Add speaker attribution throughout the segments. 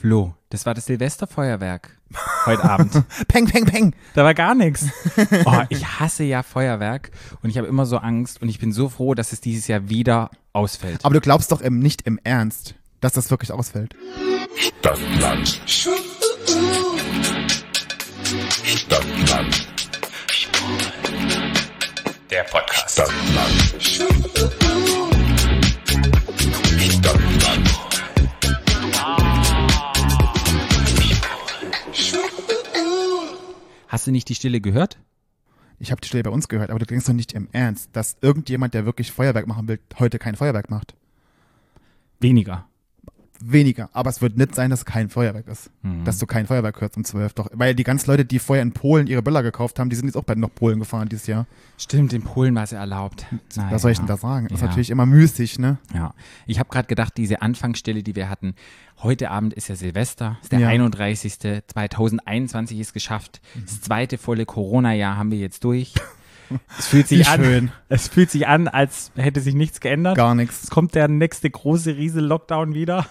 Speaker 1: Flo, das war das Silvesterfeuerwerk heute Abend.
Speaker 2: Peng, peng, peng.
Speaker 1: Da war gar nichts. Oh, ich hasse ja Feuerwerk und ich habe immer so Angst und ich bin so froh, dass es dieses Jahr wieder ausfällt.
Speaker 2: Aber du glaubst doch im, nicht im Ernst, dass das wirklich ausfällt.
Speaker 3: Stadtland. Stadtland. Der Podcast. Stadtland. Stadtland.
Speaker 1: Hast du nicht die Stille gehört?
Speaker 2: Ich habe die Stelle bei uns gehört, aber du denkst doch nicht im Ernst, dass irgendjemand, der wirklich Feuerwerk machen will, heute kein Feuerwerk macht.
Speaker 1: Weniger.
Speaker 2: Weniger. Aber es wird nicht sein, dass kein Feuerwerk ist.
Speaker 1: Mhm.
Speaker 2: Dass du kein Feuerwerk hörst um 12. Doch, weil die ganzen Leute, die vorher in Polen ihre Böller gekauft haben, die sind jetzt auch bald nach Polen gefahren dieses Jahr.
Speaker 1: Stimmt, in Polen war es ja erlaubt. Na
Speaker 2: Was soll ich
Speaker 1: Ah ja.
Speaker 2: denn da sagen? Ist
Speaker 1: ja.
Speaker 2: natürlich immer müßig, ne?
Speaker 1: Ja, ich habe gerade gedacht, diese Anfangsstelle, die wir hatten, heute Abend ist ja Mhm. Silvester, ist der
Speaker 2: Ja.
Speaker 1: 31. 2021 ist geschafft. Das zweite volle Corona-Jahr haben wir jetzt durch. Es fühlt
Speaker 2: Wie
Speaker 1: sich an,
Speaker 2: schön.
Speaker 1: es fühlt sich an, als hätte sich nichts geändert.
Speaker 2: Gar nichts.
Speaker 1: Es kommt der nächste große riese Lockdown wieder,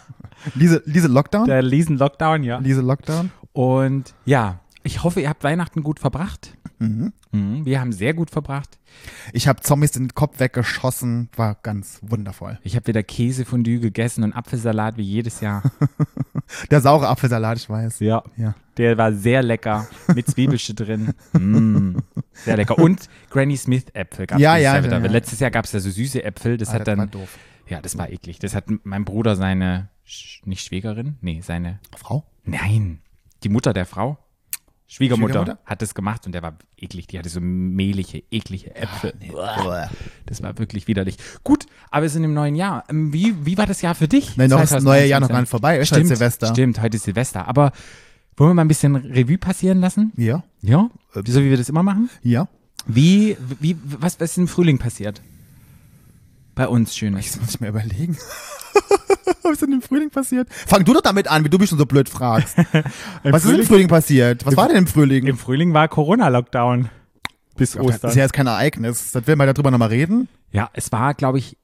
Speaker 2: Lise, Lise Lockdown?
Speaker 1: der riesen Lockdown, ja.
Speaker 2: Lise Lockdown?
Speaker 1: Und ja, ich hoffe, ihr habt Weihnachten gut verbracht. Mhm, Wir haben sehr gut verbracht.
Speaker 2: Ich habe Zombies den Kopf weggeschossen. War ganz wundervoll.
Speaker 1: Ich habe wieder Käsefondue gegessen und Apfelsalat wie jedes Jahr.
Speaker 2: Der saure Apfelsalat, ich weiß.
Speaker 1: Ja.
Speaker 2: Ja.
Speaker 1: Der war sehr lecker mit Zwiebelsche drin. Mm, sehr lecker. Und Granny Smith Äpfel gab es
Speaker 2: Ja, ja,
Speaker 1: Jahr wieder.
Speaker 2: ja, ja.
Speaker 1: Letztes Jahr gab es ja so süße Äpfel. Das
Speaker 2: Ah,
Speaker 1: hat
Speaker 2: das
Speaker 1: dann.
Speaker 2: war doof.
Speaker 1: Ja, das war eklig. Das hat mein Bruder seine. Sch- Nicht Schwägerin? Nee, seine.
Speaker 2: Frau?
Speaker 1: Nein. Die Mutter der Frau? Schwiegermutter,
Speaker 2: Schwiegermutter?
Speaker 1: hat das gemacht und der war eklig. Die hatte so mehlige, eklige Äpfel.
Speaker 2: Ah,
Speaker 1: Uah. Das war wirklich widerlich. Gut, aber wir sind im neuen Jahr. Ähm, Wie, wie war das Jahr für dich?
Speaker 2: Nein, noch ist das neue Jahr noch
Speaker 1: 2019?
Speaker 2: gar nicht vorbei. Ist halt
Speaker 1: Stimmt,
Speaker 2: Silvester.
Speaker 1: Stimmt, heute ist Silvester. Aber wollen wir mal ein bisschen Revue passieren lassen?
Speaker 2: Ja.
Speaker 1: Ja.
Speaker 2: Ähm.
Speaker 1: So wie wir das immer machen?
Speaker 2: Ja.
Speaker 1: Wie, wie, was, was ist im Frühling passiert? Bei uns
Speaker 2: Das
Speaker 1: Schönes.
Speaker 2: muss ich mir überlegen. Was ist denn im Frühling passiert? Fang du doch damit an, wie du mich schon so blöd fragst. Was ist
Speaker 1: Frühling-
Speaker 2: im Frühling passiert? Was war denn im Frühling?
Speaker 1: Im Frühling war Corona-Lockdown. Bis
Speaker 2: Ja, Das ist ja jetzt kein Ereignis. Das will man darüber nochmal reden.
Speaker 1: Ja, es war, glaube ich,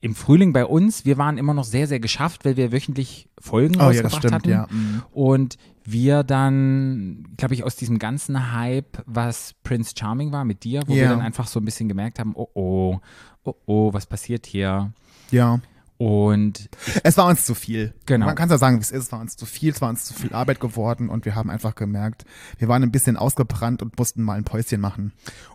Speaker 1: im Frühling bei uns. Wir waren immer noch sehr, sehr geschafft, weil wir wöchentlich Folgen
Speaker 2: Oh ja, das
Speaker 1: rausgebracht
Speaker 2: stimmt,
Speaker 1: hatten.
Speaker 2: ja. Mhm.
Speaker 1: Und wir dann, glaube ich, aus diesem ganzen Hype, was Prince Charming war mit dir, wo wir
Speaker 2: Ja.
Speaker 1: dann einfach so ein bisschen gemerkt haben, oh oh, oh oh, was passiert hier?
Speaker 2: Ja.
Speaker 1: Und
Speaker 2: Es war uns zu viel.
Speaker 1: Genau.
Speaker 2: Man kann es ja sagen, wie es ist. Es war uns zu viel. Es war uns zu viel Arbeit geworden und wir haben einfach gemerkt, wir waren ein bisschen ausgebrannt und mussten mal ein Päuschen machen.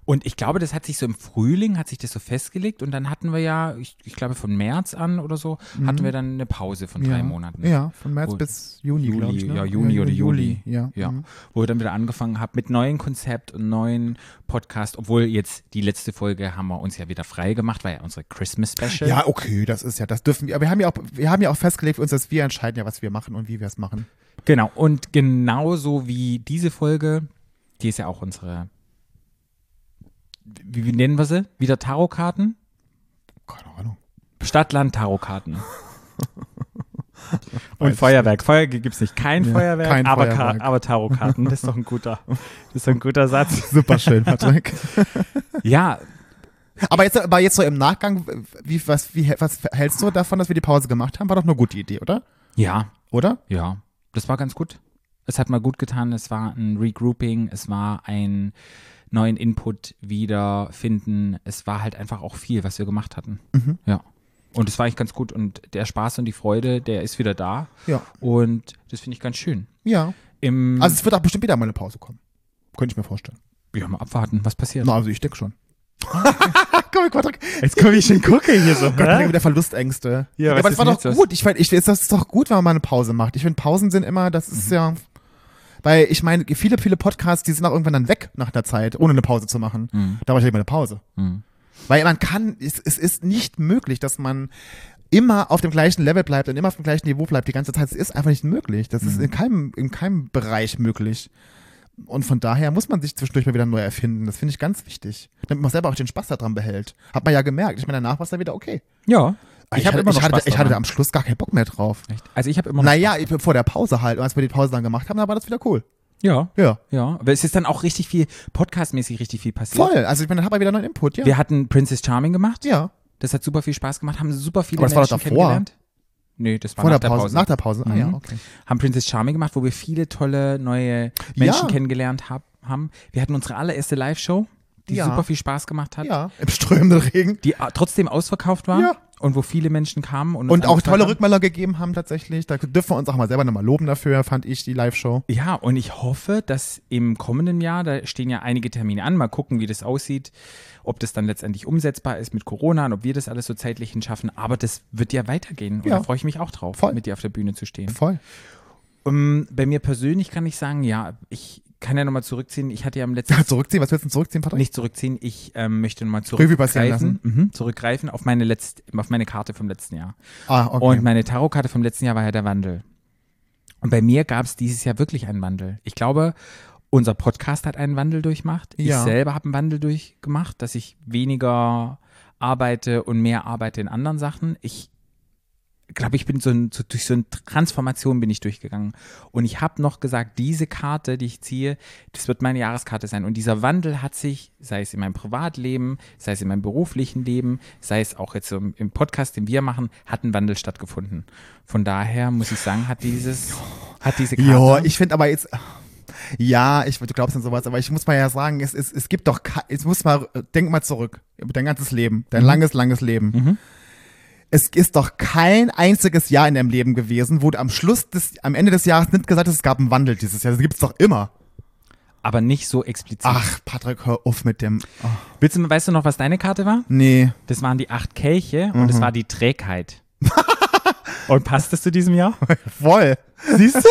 Speaker 1: Und ich glaube, das hat sich so im Frühling, hat sich das so festgelegt und dann hatten wir ja, ich, ich glaube von März an oder so, hatten wir dann eine Pause von drei
Speaker 2: Mhm. ja.
Speaker 1: Monaten.
Speaker 2: Ja, von März
Speaker 1: Gut.
Speaker 2: bis Juni,
Speaker 1: Juli,
Speaker 2: glaube ich. Ne?
Speaker 1: ja, Juni oder Juli.
Speaker 2: Ja.
Speaker 1: ja.
Speaker 2: Mhm.
Speaker 1: Wo ich dann wieder angefangen habe mit neuen Konzept und neuen Podcast, obwohl jetzt die letzte Folge haben wir uns ja wieder frei gemacht, war ja unsere Christmas Special.
Speaker 2: Ja, okay, das ist ja, das dürfen wir. Aber wir haben ja auch, wir haben ja auch festgelegt für uns, dass wir entscheiden ja, was wir machen und wie wir es machen.
Speaker 1: Genau. Und genauso wie diese Folge, die ist ja auch unsere, wie, wie nennen wir sie? Wieder Tarotkarten?
Speaker 2: Keine Ahnung.
Speaker 1: Stadtland Tarotkarten. Und Feuerwerk. Feuer gibt's nicht. Kein Feuerwerk,
Speaker 2: kein
Speaker 1: aber, Ka-
Speaker 2: Feuerwerk.
Speaker 1: aber Tarotkarten. Das ist doch ein guter, das ist doch ein guter Satz.
Speaker 2: Super schön, Patrick.
Speaker 1: Ja,
Speaker 2: aber jetzt, aber jetzt so im Nachgang, wie, was, wie, was hältst du davon, dass wir die Pause gemacht haben? War doch eine gute Idee, oder?
Speaker 1: ja,
Speaker 2: Oder?
Speaker 1: ja. Das war ganz gut. Es hat mal gut getan. Es war ein Regrouping. Es war ein neuen Input wiederfinden. Es war halt einfach auch viel, was wir gemacht hatten.
Speaker 2: Mhm.
Speaker 1: Ja. Und es war eigentlich ganz gut. Und der Spaß und die Freude, der ist wieder da.
Speaker 2: Ja.
Speaker 1: Und das finde ich ganz schön.
Speaker 2: Ja.
Speaker 1: Im,
Speaker 2: Also es wird auch bestimmt wieder mal eine Pause kommen. Könnte ich mir vorstellen.
Speaker 1: ja, mal abwarten, was passiert.
Speaker 2: Na, also ich denke schon. Komm, Patrick.
Speaker 1: Jetzt komme ich schon gucke hier so.
Speaker 2: Patrick wieder Verlustängste.
Speaker 1: Ja, was
Speaker 2: aber
Speaker 1: ist
Speaker 2: es war
Speaker 1: denn
Speaker 2: doch
Speaker 1: jetzt los?
Speaker 2: gut. Ich, mein, ich, es ist doch gut, wenn man mal eine Pause macht. Ich finde, Pausen sind immer, das ist
Speaker 1: Mhm.
Speaker 2: ja. Weil ich meine, viele, viele Podcasts, die sind auch irgendwann dann weg nach einer Zeit, ohne eine Pause zu machen.
Speaker 1: Mhm.
Speaker 2: Da war ich immer eine Pause. Weil man kann, es, es ist nicht möglich, dass man immer auf dem gleichen Level bleibt und immer auf dem gleichen Niveau bleibt die ganze Zeit. Es ist einfach nicht möglich. Das
Speaker 1: Mhm.
Speaker 2: ist in keinem, in keinem Bereich möglich. Und von daher muss man sich zwischendurch mal wieder neu erfinden. Das finde ich ganz wichtig. Damit man selber auch den Spaß daran behält. Hat man ja gemerkt. Ich meine, danach war es dann wieder okay.
Speaker 1: Ja.
Speaker 2: Ich,
Speaker 1: hab
Speaker 2: hatte, ich, hatte,
Speaker 1: Spaß
Speaker 2: ich hatte
Speaker 1: daran.
Speaker 2: am Schluss gar keinen Bock mehr drauf.
Speaker 1: Echt? Also ich habe immer noch.
Speaker 2: Naja, ich- vor der Pause halt. Und als wir die Pause dann gemacht haben, dann war das wieder cool.
Speaker 1: Ja.
Speaker 2: Ja.
Speaker 1: Ja. Aber es ist dann auch richtig viel, podcastmäßig richtig viel passiert.
Speaker 2: Voll. Also ich meine, dann hat man wieder neuen Input, ja.
Speaker 1: Wir hatten Princess Charming gemacht.
Speaker 2: Ja.
Speaker 1: Das hat super viel Spaß gemacht, haben super viele
Speaker 2: Aber das war
Speaker 1: Menschen
Speaker 2: doch davor.
Speaker 1: kennengelernt. Nö, das war
Speaker 2: Vor
Speaker 1: nach
Speaker 2: der Pause. Nach der Pause. Ah ja,
Speaker 1: Mhm.
Speaker 2: okay.
Speaker 1: Haben Princess Charming gemacht, wo wir viele tolle neue Menschen
Speaker 2: Ja.
Speaker 1: kennengelernt hab, haben. Wir hatten unsere allererste Live-Show, die
Speaker 2: Ja.
Speaker 1: super viel Spaß gemacht hat.
Speaker 2: Ja, im strömenden Regen.
Speaker 1: Die äh, trotzdem ausverkauft war
Speaker 2: Ja.
Speaker 1: und wo viele Menschen kamen. Und, uns
Speaker 2: Und auch
Speaker 1: angefragt
Speaker 2: tolle
Speaker 1: haben.
Speaker 2: Rückmelder gegeben haben tatsächlich. Da dürfen wir uns auch mal selber nochmal loben dafür, fand ich, die Live-Show.
Speaker 1: Ja, und ich hoffe, dass im kommenden Jahr, da stehen ja einige Termine an, mal gucken, wie das aussieht, ob das dann letztendlich umsetzbar ist mit Corona und ob wir das alles so zeitlich hinschaffen. Aber das wird ja weitergehen und
Speaker 2: Ja.
Speaker 1: da freue ich mich auch drauf,
Speaker 2: Voll.
Speaker 1: mit dir auf der Bühne zu stehen.
Speaker 2: Voll.
Speaker 1: Ähm, bei mir persönlich kann ich sagen, ja, ich kann ja nochmal zurückziehen. Ich hatte ja am letzten
Speaker 2: Ja, zurückziehen, was willst du denn zurückziehen, Patrick?
Speaker 1: nicht zurückziehen, ich ähm, möchte nochmal
Speaker 2: Revue passieren
Speaker 1: zurückgreifen, mhm, zurückgreifen auf, meine letzt, auf meine Karte vom letzten Jahr.
Speaker 2: Ah, okay.
Speaker 1: Und meine Tarotkarte vom letzten Jahr war ja der Wandel. Und bei mir gab es dieses Jahr wirklich einen Wandel. Ich glaube, unser Podcast hat einen Wandel durchgemacht. Ich
Speaker 2: Ja.
Speaker 1: selber habe einen Wandel durchgemacht, dass ich weniger arbeite und mehr arbeite in anderen Sachen. Ich glaube, ich bin so, ein, so durch so eine Transformation bin ich durchgegangen. Und ich habe noch gesagt, diese Karte, die ich ziehe, das wird meine Jahreskarte sein. Und dieser Wandel hat sich, sei es in meinem Privatleben, sei es in meinem beruflichen Leben, sei es auch jetzt so im, im Podcast, den wir machen, hat ein Wandel stattgefunden. Von daher muss ich sagen, hat dieses, hat diese Karte.
Speaker 2: Ja, ich finde aber jetzt. Ja, ich, du glaubst an sowas, aber ich muss mal ja sagen, es, es, es gibt doch, ka- jetzt muss mal, denk mal zurück, über dein ganzes Leben,
Speaker 1: Mhm.
Speaker 2: dein langes, langes Leben. Es ist doch kein einziges Jahr in deinem Leben gewesen, wo du am Schluss des, am Ende des Jahres nicht gesagt hast, es gab einen Wandel dieses Jahr. Das gibt's doch immer.
Speaker 1: aber nicht so explizit.
Speaker 2: Ach, Patrick, hör auf mit dem, oh,
Speaker 1: Willst du, weißt du noch, was deine Karte war?
Speaker 2: nee.
Speaker 1: Das waren die acht Kelche und
Speaker 2: Mhm.
Speaker 1: es war die Trägheit. und passt es zu diesem Jahr?
Speaker 2: Voll.
Speaker 1: Siehst du?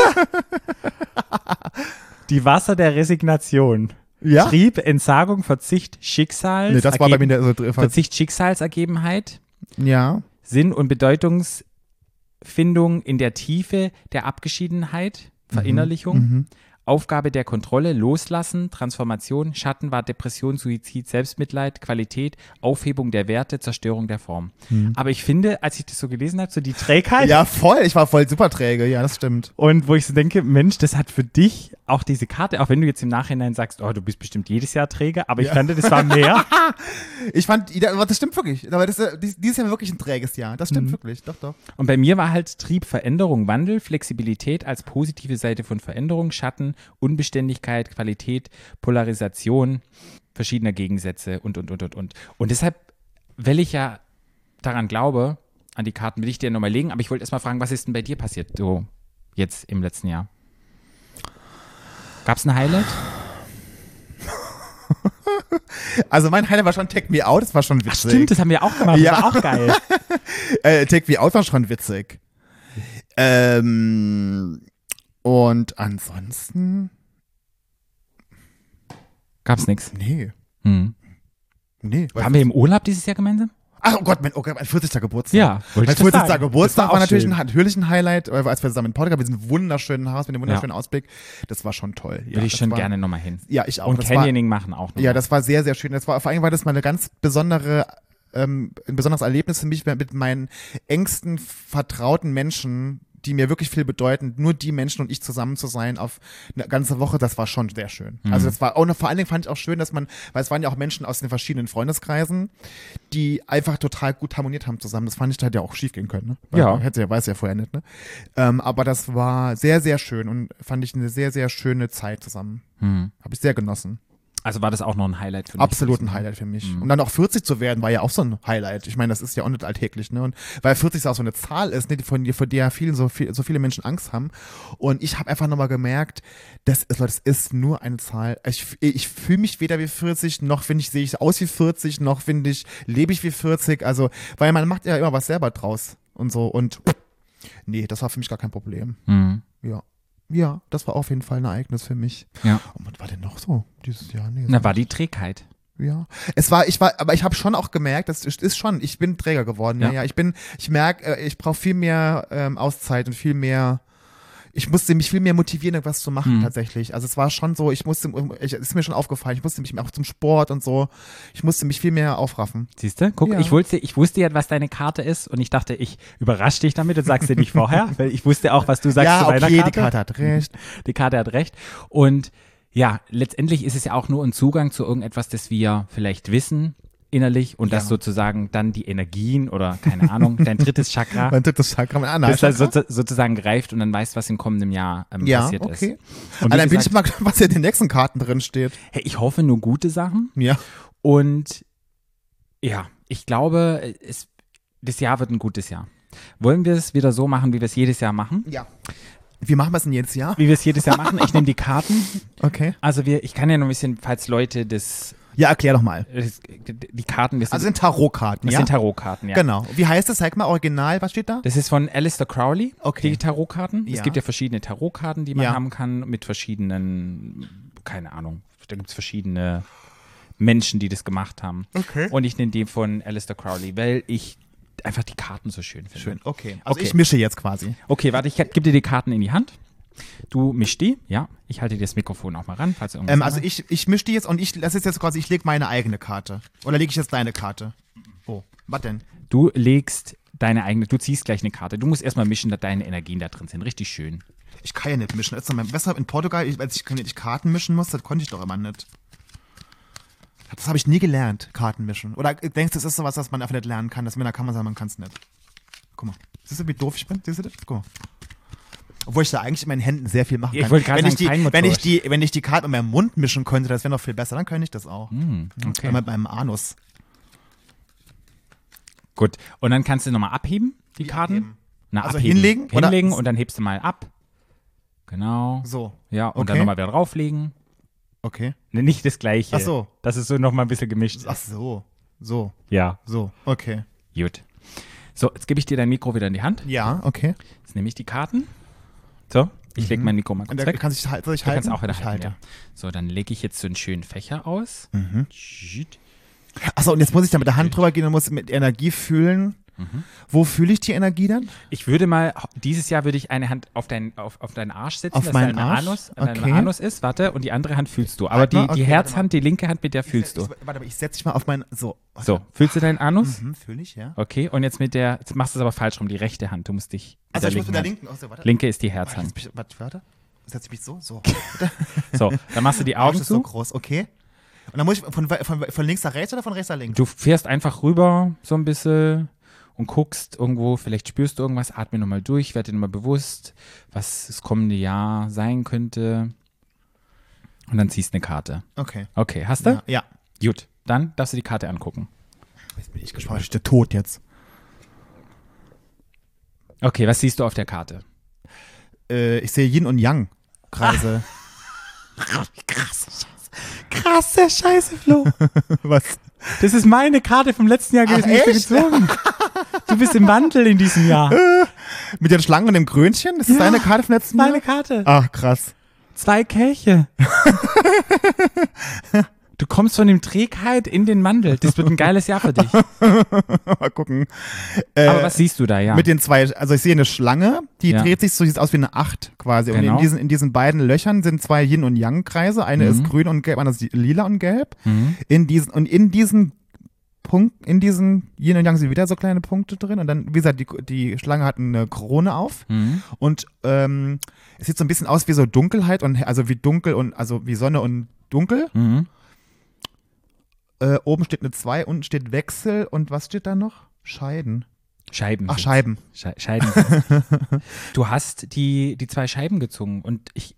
Speaker 1: Die Wasser der Resignation.
Speaker 2: Ja?
Speaker 1: Trieb, Entsagung, Verzicht, Schicksals.
Speaker 2: Nee, das war bei mir
Speaker 1: Ergeben-
Speaker 2: der, so, so-
Speaker 1: Verzicht, Schicksalsergebenheit,
Speaker 2: ja.
Speaker 1: Sinn und Bedeutungsfindung in der Tiefe der Abgeschiedenheit,
Speaker 2: Mhm.
Speaker 1: Verinnerlichung, Aufgabe der Kontrolle, Loslassen, Transformation, Schatten war Depression, Suizid, Selbstmitleid, Qualität, Aufhebung der Werte, Zerstörung der Form. Aber ich finde, als ich das so gelesen habe, so die Trägheit
Speaker 2: Mhm. Ja, voll. Ich war voll super träge. Ja, das stimmt.
Speaker 1: und wo ich so denke, Mensch, das hat für dich auch diese Karte, auch wenn du jetzt im Nachhinein sagst, oh, du bist bestimmt jedes Jahr träge, aber ich fand, das war mehr.
Speaker 2: Ich fand, aber das stimmt wirklich. Aber das, äh, dies- dieses Jahr war wirklich ein träges Jahr. Das
Speaker 1: Mhm.
Speaker 2: stimmt wirklich. Doch, doch.
Speaker 1: Und bei mir war halt Trieb Veränderung, Wandel, Flexibilität als positive Seite von Veränderung, Schatten, Unbeständigkeit, Qualität, Polarisation verschiedener Gegensätze und, und, und, und, und. Und deshalb, weil ich ja daran glaube, an die Karten will ich dir nochmal legen, aber ich wollte erstmal fragen, was ist denn bei dir passiert, so jetzt im letzten Jahr? Gab es ein Highlight?
Speaker 2: Also mein Highlight war schon Take Me Out, das war schon witzig.
Speaker 1: Stimmt, das haben wir auch gemacht,
Speaker 2: Ja.
Speaker 1: das war auch geil.
Speaker 2: Äh, Take Me Out war schon witzig. Ähm, und ansonsten,
Speaker 1: Gab's nix.
Speaker 2: nee,
Speaker 1: Hm.
Speaker 2: nee.
Speaker 1: Waren wir im Urlaub dieses Jahr gemeinsam?
Speaker 2: Ach oh Gott, mein, oh Gott, mein 40. Geburtstag.
Speaker 1: Ja, wollte
Speaker 2: mein
Speaker 1: ich das
Speaker 2: 40.
Speaker 1: sagen. Das
Speaker 2: Geburtstag
Speaker 1: war
Speaker 2: war
Speaker 1: auch
Speaker 2: natürlich ein,
Speaker 1: schön.
Speaker 2: natürlich ein Highlight, weil wir- als wir zusammen in Portugal mit diesem wunderschönen Haus, mit dem wunderschönen Ausblick, das war schon toll. Ja,
Speaker 1: Würde ich
Speaker 2: das
Speaker 1: schon
Speaker 2: war,
Speaker 1: gerne nochmal hin.
Speaker 2: Ja, ich auch.
Speaker 1: Und
Speaker 2: das war,
Speaker 1: Canyoning machen auch noch.
Speaker 2: Ja, das war sehr, sehr schön. Das war, vor allem war das mal eine ganz besondere, ähm, ein besonderes Erlebnis für mich mit meinen engsten, vertrauten Menschen, die mir wirklich viel bedeuten. Nur die Menschen und ich zusammen zu sein auf eine ganze Woche, das war schon sehr schön. Also das war auch, noch- vor allen Dingen fand ich auch schön, dass man, weil es waren ja auch Menschen aus den verschiedenen Freundeskreisen, die einfach total gut harmoniert haben zusammen. Das fand ich, da hätte ja auch schief gehen können. Ne? Weil
Speaker 1: Ja.
Speaker 2: Hätte ja, weiß ja vorher nicht, ne? Ähm, aber das war sehr, sehr schön und fand ich eine sehr, sehr schöne Zeit zusammen.
Speaker 1: Hm.
Speaker 2: Habe ich sehr genossen.
Speaker 1: Also war das auch noch ein Highlight für dich?
Speaker 2: Absolut ein Highlight für mich.
Speaker 1: Mhm.
Speaker 2: Und dann auch 40 zu werden, war ja auch so ein Highlight. Ich meine, das ist ja auch nicht alltäglich, ne? Und weil 40 auch so eine Zahl ist, ne, die von, vor der vielen, so, viel, so viele Menschen Angst haben. Und ich habe einfach nochmal gemerkt, das ist, Leute, das ist nur eine Zahl. Ich, ich fühle mich weder wie 40, noch finde ich, sehe ich aus wie 40, noch finde ich, lebe ich wie 40. Also, weil man macht ja immer was selber draus und so. Und nee, das war für mich gar kein Problem.
Speaker 1: Hm.
Speaker 2: Ja. Ja, das war auf jeden Fall ein Ereignis für mich.
Speaker 1: Ja.
Speaker 2: Und was war denn noch so dieses Jahr? Nee,
Speaker 1: Na, war die Trägheit.
Speaker 2: ja, es war, ich war, aber ich habe schon auch gemerkt, das ist, ist schon, ich bin Träger geworden. Ja,
Speaker 1: Ja.
Speaker 2: ja, ich bin, ich merke, ich brauche viel mehr ähm, Auszeit und viel mehr. Ich musste mich viel mehr motivieren, irgendwas zu machen
Speaker 1: Mhm.
Speaker 2: tatsächlich. Also es war schon so, ich musste, um, ich, es ist mir schon aufgefallen, ich musste mich auch zum Sport und so, ich musste mich viel mehr aufraffen.
Speaker 1: Siehst du? Guck,
Speaker 2: Ja.
Speaker 1: ich, wollte, ich wusste ja, was deine Karte ist und ich dachte, ich überrasche dich damit und sag's dir nicht vorher, weil ich wusste auch, was du sagst
Speaker 2: ja,
Speaker 1: zu meiner
Speaker 2: okay,
Speaker 1: Karte.
Speaker 2: die Karte hat recht.
Speaker 1: Die Karte hat recht. Und ja, letztendlich ist es ja auch nur ein Zugang zu irgendetwas, das wir vielleicht wissen, innerlich und dass
Speaker 2: Ja.
Speaker 1: sozusagen dann die Energien oder keine Ahnung, dein drittes Chakra
Speaker 2: Mein drittes Chakra, mein Anna.
Speaker 1: ist dann sozu- sozusagen gereift und dann weißt, was im kommenden Jahr ähm,
Speaker 2: ja,
Speaker 1: passiert
Speaker 2: okay.
Speaker 1: ist. halt Und
Speaker 2: Und
Speaker 1: wie
Speaker 2: dann bin ich
Speaker 1: gesagt,
Speaker 2: mal gespannt, was hier in den nächsten Karten drin steht.
Speaker 1: hey, ich hoffe nur gute Sachen
Speaker 2: Ja.
Speaker 1: und ja, ich glaube, es, das Jahr wird ein gutes Jahr. Wollen wir es wieder so machen, wie wir es jedes Jahr machen?
Speaker 2: Ja. Wie machen wir es denn jetzt? Ja?
Speaker 1: Wie wir es jedes Jahr machen? Ich nehme die Karten.
Speaker 2: Okay.
Speaker 1: Also wir, ich kann ja noch ein bisschen, falls Leute das,
Speaker 2: Ja, erklär doch mal.
Speaker 1: das die Karten, wir sind,
Speaker 2: Also sind Tarotkarten,
Speaker 1: das
Speaker 2: ja?
Speaker 1: sind Tarotkarten, ja.
Speaker 2: Genau. Wie heißt das? Zeig mal original, was steht da?
Speaker 1: Das ist von Alistair Crowley,
Speaker 2: Okay.
Speaker 1: die Tarotkarten. Es
Speaker 2: Ja.
Speaker 1: gibt ja verschiedene Tarotkarten, die man
Speaker 2: Ja.
Speaker 1: haben kann, mit verschiedenen, keine Ahnung, da gibt es verschiedene Menschen, die das gemacht haben.
Speaker 2: Okay.
Speaker 1: Und ich nehme die von Alistair Crowley, weil ich einfach die Karten so schön finde.
Speaker 2: Schön, okay. Also
Speaker 1: Okay.
Speaker 2: ich mische jetzt quasi.
Speaker 1: Okay, warte, ich gebe dir die Karten in die Hand. Du mischst die, ja. Ich halte dir das Mikrofon auch mal ran, falls du irgendwas
Speaker 2: Ähm, also
Speaker 1: anderes-
Speaker 2: ich, ich mische die jetzt und ich lasse jetzt quasi, ich lege meine eigene Karte. Oder lege ich jetzt deine Karte? Oh, was denn?
Speaker 1: Du legst deine eigene, du ziehst gleich eine Karte. Du musst erstmal mischen, dass deine Energien da drin sind. Richtig schön.
Speaker 2: Ich kann ja nicht mischen. Das ist doch mein Besser in Portugal, ich, als ich nicht Karten mischen muss, das konnte ich doch immer nicht. Das habe ich nie gelernt, Karten mischen. Oder äh, denkst du, das ist sowas, was man einfach nicht lernen kann, dass man da kann man sagen, man kann es nicht. Guck mal. Siehst du, wie doof ich bin? Siehst du das? Guck mal. Obwohl ich da eigentlich in meinen Händen sehr viel machen
Speaker 1: Ich
Speaker 2: kann.
Speaker 1: wollte gerade
Speaker 2: wenn,
Speaker 1: sagen,
Speaker 2: ich die, wenn, ich
Speaker 1: feinmotorisch.
Speaker 2: die, wenn ich die Karte mit meinem Mund mischen könnte, das wäre noch viel besser, dann könnte ich das auch.
Speaker 1: Hm, okay.
Speaker 2: Oder mit meinem Anus.
Speaker 1: Gut. Und dann kannst du nochmal abheben, die Karten.
Speaker 2: abheben?
Speaker 1: Na,
Speaker 2: Also
Speaker 1: abheben.
Speaker 2: hinlegen oder-
Speaker 1: Hinlegen und dann hebst du mal ab. Genau.
Speaker 2: So.
Speaker 1: Ja, und dann
Speaker 2: Okay.
Speaker 1: nochmal wieder drauflegen.
Speaker 2: Okay.
Speaker 1: Ne, Nicht das gleiche.
Speaker 2: Ach so.
Speaker 1: Das ist so nochmal ein bisschen gemischt.
Speaker 2: Ach so. So.
Speaker 1: Ja.
Speaker 2: So. Okay.
Speaker 1: Gut. So, jetzt gebe ich dir dein Mikro wieder in die Hand.
Speaker 2: Ja, okay.
Speaker 1: Jetzt nehme ich die Karten. So, ich lege mein Mikro mal
Speaker 2: Mhm. Und
Speaker 1: kurz
Speaker 2: da
Speaker 1: weg.
Speaker 2: kann sich halt, soll ich
Speaker 1: Du
Speaker 2: halten?
Speaker 1: kannst auch wieder
Speaker 2: Ich
Speaker 1: halten.
Speaker 2: halte. Mhm.
Speaker 1: Ja. So, dann lege ich jetzt so einen schönen Fächer aus. Tschüt.
Speaker 2: Achso, und jetzt muss ich da mit der Hand drüber gehen und muss mit Energie fühlen.
Speaker 1: Mhm.
Speaker 2: Wo fühle ich die Energie dann?
Speaker 1: Ich würde mal, dieses Jahr würde ich eine Hand auf deinen, auf, auf deinen Arsch setzen,
Speaker 2: Auf
Speaker 1: dass
Speaker 2: meinen
Speaker 1: dein
Speaker 2: Arsch?
Speaker 1: Anus,
Speaker 2: Okay.
Speaker 1: dein Anus ist, warte, und die andere Hand fühlst du. Aber
Speaker 2: Warte
Speaker 1: die,
Speaker 2: mal, okay,
Speaker 1: die
Speaker 2: warte
Speaker 1: Herzhand, die linke Hand, mit der fühlst
Speaker 2: Ich-
Speaker 1: du.
Speaker 2: ich- Warte mal, ich setze dich mal auf meinen. So. Warte.
Speaker 1: So, fühlst du deinen Anus?
Speaker 2: Hm, fühle ich, ja.
Speaker 1: Okay, und jetzt mit der, jetzt machst du es aber falsch rum, die rechte Hand, du musst dich mit
Speaker 2: Also, ich muss mit der
Speaker 1: Hand-
Speaker 2: linken. Achso, warte.
Speaker 1: Linke ist die
Speaker 2: Warte,
Speaker 1: Herzhand.
Speaker 2: jetzt bin ich- warte, warte. Setze ich mich so? So.
Speaker 1: So, dann machst du die
Speaker 2: Arsch
Speaker 1: Augen
Speaker 2: ist so
Speaker 1: zu.
Speaker 2: groß, okay. Und dann muss ich von, von, von links nach rechts oder von rechts nach links?
Speaker 1: Du fährst einfach rüber so ein bisschen und guckst irgendwo, vielleicht spürst du irgendwas, atme nochmal durch, werd dir nochmal bewusst, was das kommende Jahr sein könnte. Und dann ziehst du eine Karte.
Speaker 2: Okay.
Speaker 1: Okay, hast du?
Speaker 2: Ja. ja.
Speaker 1: Gut, dann darfst du die Karte angucken.
Speaker 2: Jetzt bin ich gespannt. Ich bin tot jetzt.
Speaker 1: Okay, was siehst du auf der Karte?
Speaker 2: Äh, ich sehe Yin und Yang. Kreise.
Speaker 1: Ah. Krass. Krasse Scheiße, Flo.
Speaker 2: Was?
Speaker 1: Das ist meine Karte vom letzten Jahr gewesen, die ich dir
Speaker 2: echt?
Speaker 1: gezogen. Du bist im Wandel in diesem Jahr.
Speaker 2: Mit den Schlangen und dem Krönchen? Das ist deine Karte vom letzten Mal?
Speaker 1: Meine Karte.
Speaker 2: Ach, krass.
Speaker 1: Zwei Kelche. Du kommst von dem Trägheit in den Mandel. Das wird ein geiles Jahr für dich.
Speaker 2: Mal gucken.
Speaker 1: Aber was siehst du da, ja?
Speaker 2: Mit den zwei, also ich sehe eine Schlange, die
Speaker 1: Ja.
Speaker 2: dreht sich so, sieht aus wie eine Acht quasi. Und in
Speaker 1: Genau.
Speaker 2: diesen, in diesen beiden Löchern sind zwei Yin- und Yang-Kreise. Eine
Speaker 1: Mhm.
Speaker 2: ist grün und gelb, andere ist lila und gelb. In diesen, und in diesen Punkt, in diesen Yin und Yang sind wieder so kleine Punkte drin. Und dann, wie gesagt, die, die Schlange hat eine Krone auf.
Speaker 1: mhm.
Speaker 2: Und ähm, es sieht so ein bisschen aus wie so Dunkelheit und also wie dunkel und also wie Sonne und dunkel.
Speaker 1: Mhm.
Speaker 2: Äh, oben steht eine 2, unten steht Wechsel und was steht da noch? Scheiden.
Speaker 1: Scheiben.
Speaker 2: Ach, Scheiben.
Speaker 1: Schei- Scheiben. du hast die, die zwei Scheiben gezogen und ich,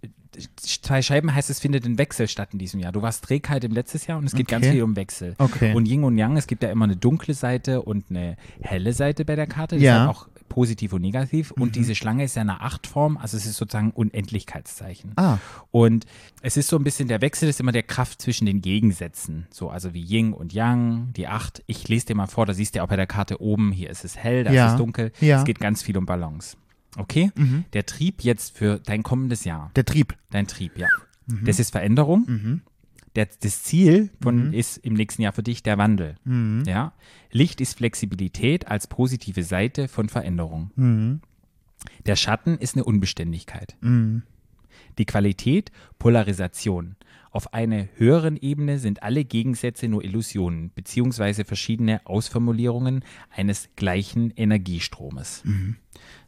Speaker 1: zwei Scheiben heißt, es findet ein Wechsel statt in diesem Jahr. Du warst Trägheit im letzten Jahr und es geht ganz
Speaker 2: Okay.
Speaker 1: viel um Wechsel.
Speaker 2: Okay.
Speaker 1: Und Yin und Yang, es gibt ja immer eine dunkle Seite und eine helle Seite bei der Karte. Das
Speaker 2: Ja. Mhm.
Speaker 1: hat auch positiv und negativ. Und diese Schlange ist ja eine Achtform, also es ist sozusagen Unendlichkeitszeichen.
Speaker 2: Ah.
Speaker 1: Und es ist so ein bisschen, der Wechsel ist immer der Kraft zwischen den Gegensätzen. So, also wie Yin und Yang, die Acht. Ich lese dir mal vor, da siehst du ja auch bei der Karte oben, hier ist es hell, da
Speaker 2: Ja.
Speaker 1: ist es dunkel.
Speaker 2: Ja. Mhm.
Speaker 1: Es geht ganz viel um Balance. Okay? Der Trieb jetzt für dein kommendes Jahr.
Speaker 2: Der Trieb.
Speaker 1: Dein Trieb, ja. Das ist Veränderung. Der, das Ziel von, ist im nächsten Jahr für dich der Wandel. Ja? Licht ist Flexibilität als positive Seite von Veränderung. Der Schatten ist eine Unbeständigkeit. Die Qualität Polarisation. Auf einer höheren Ebene sind alle Gegensätze nur Illusionen beziehungsweise verschiedene Ausformulierungen eines gleichen Energiestromes.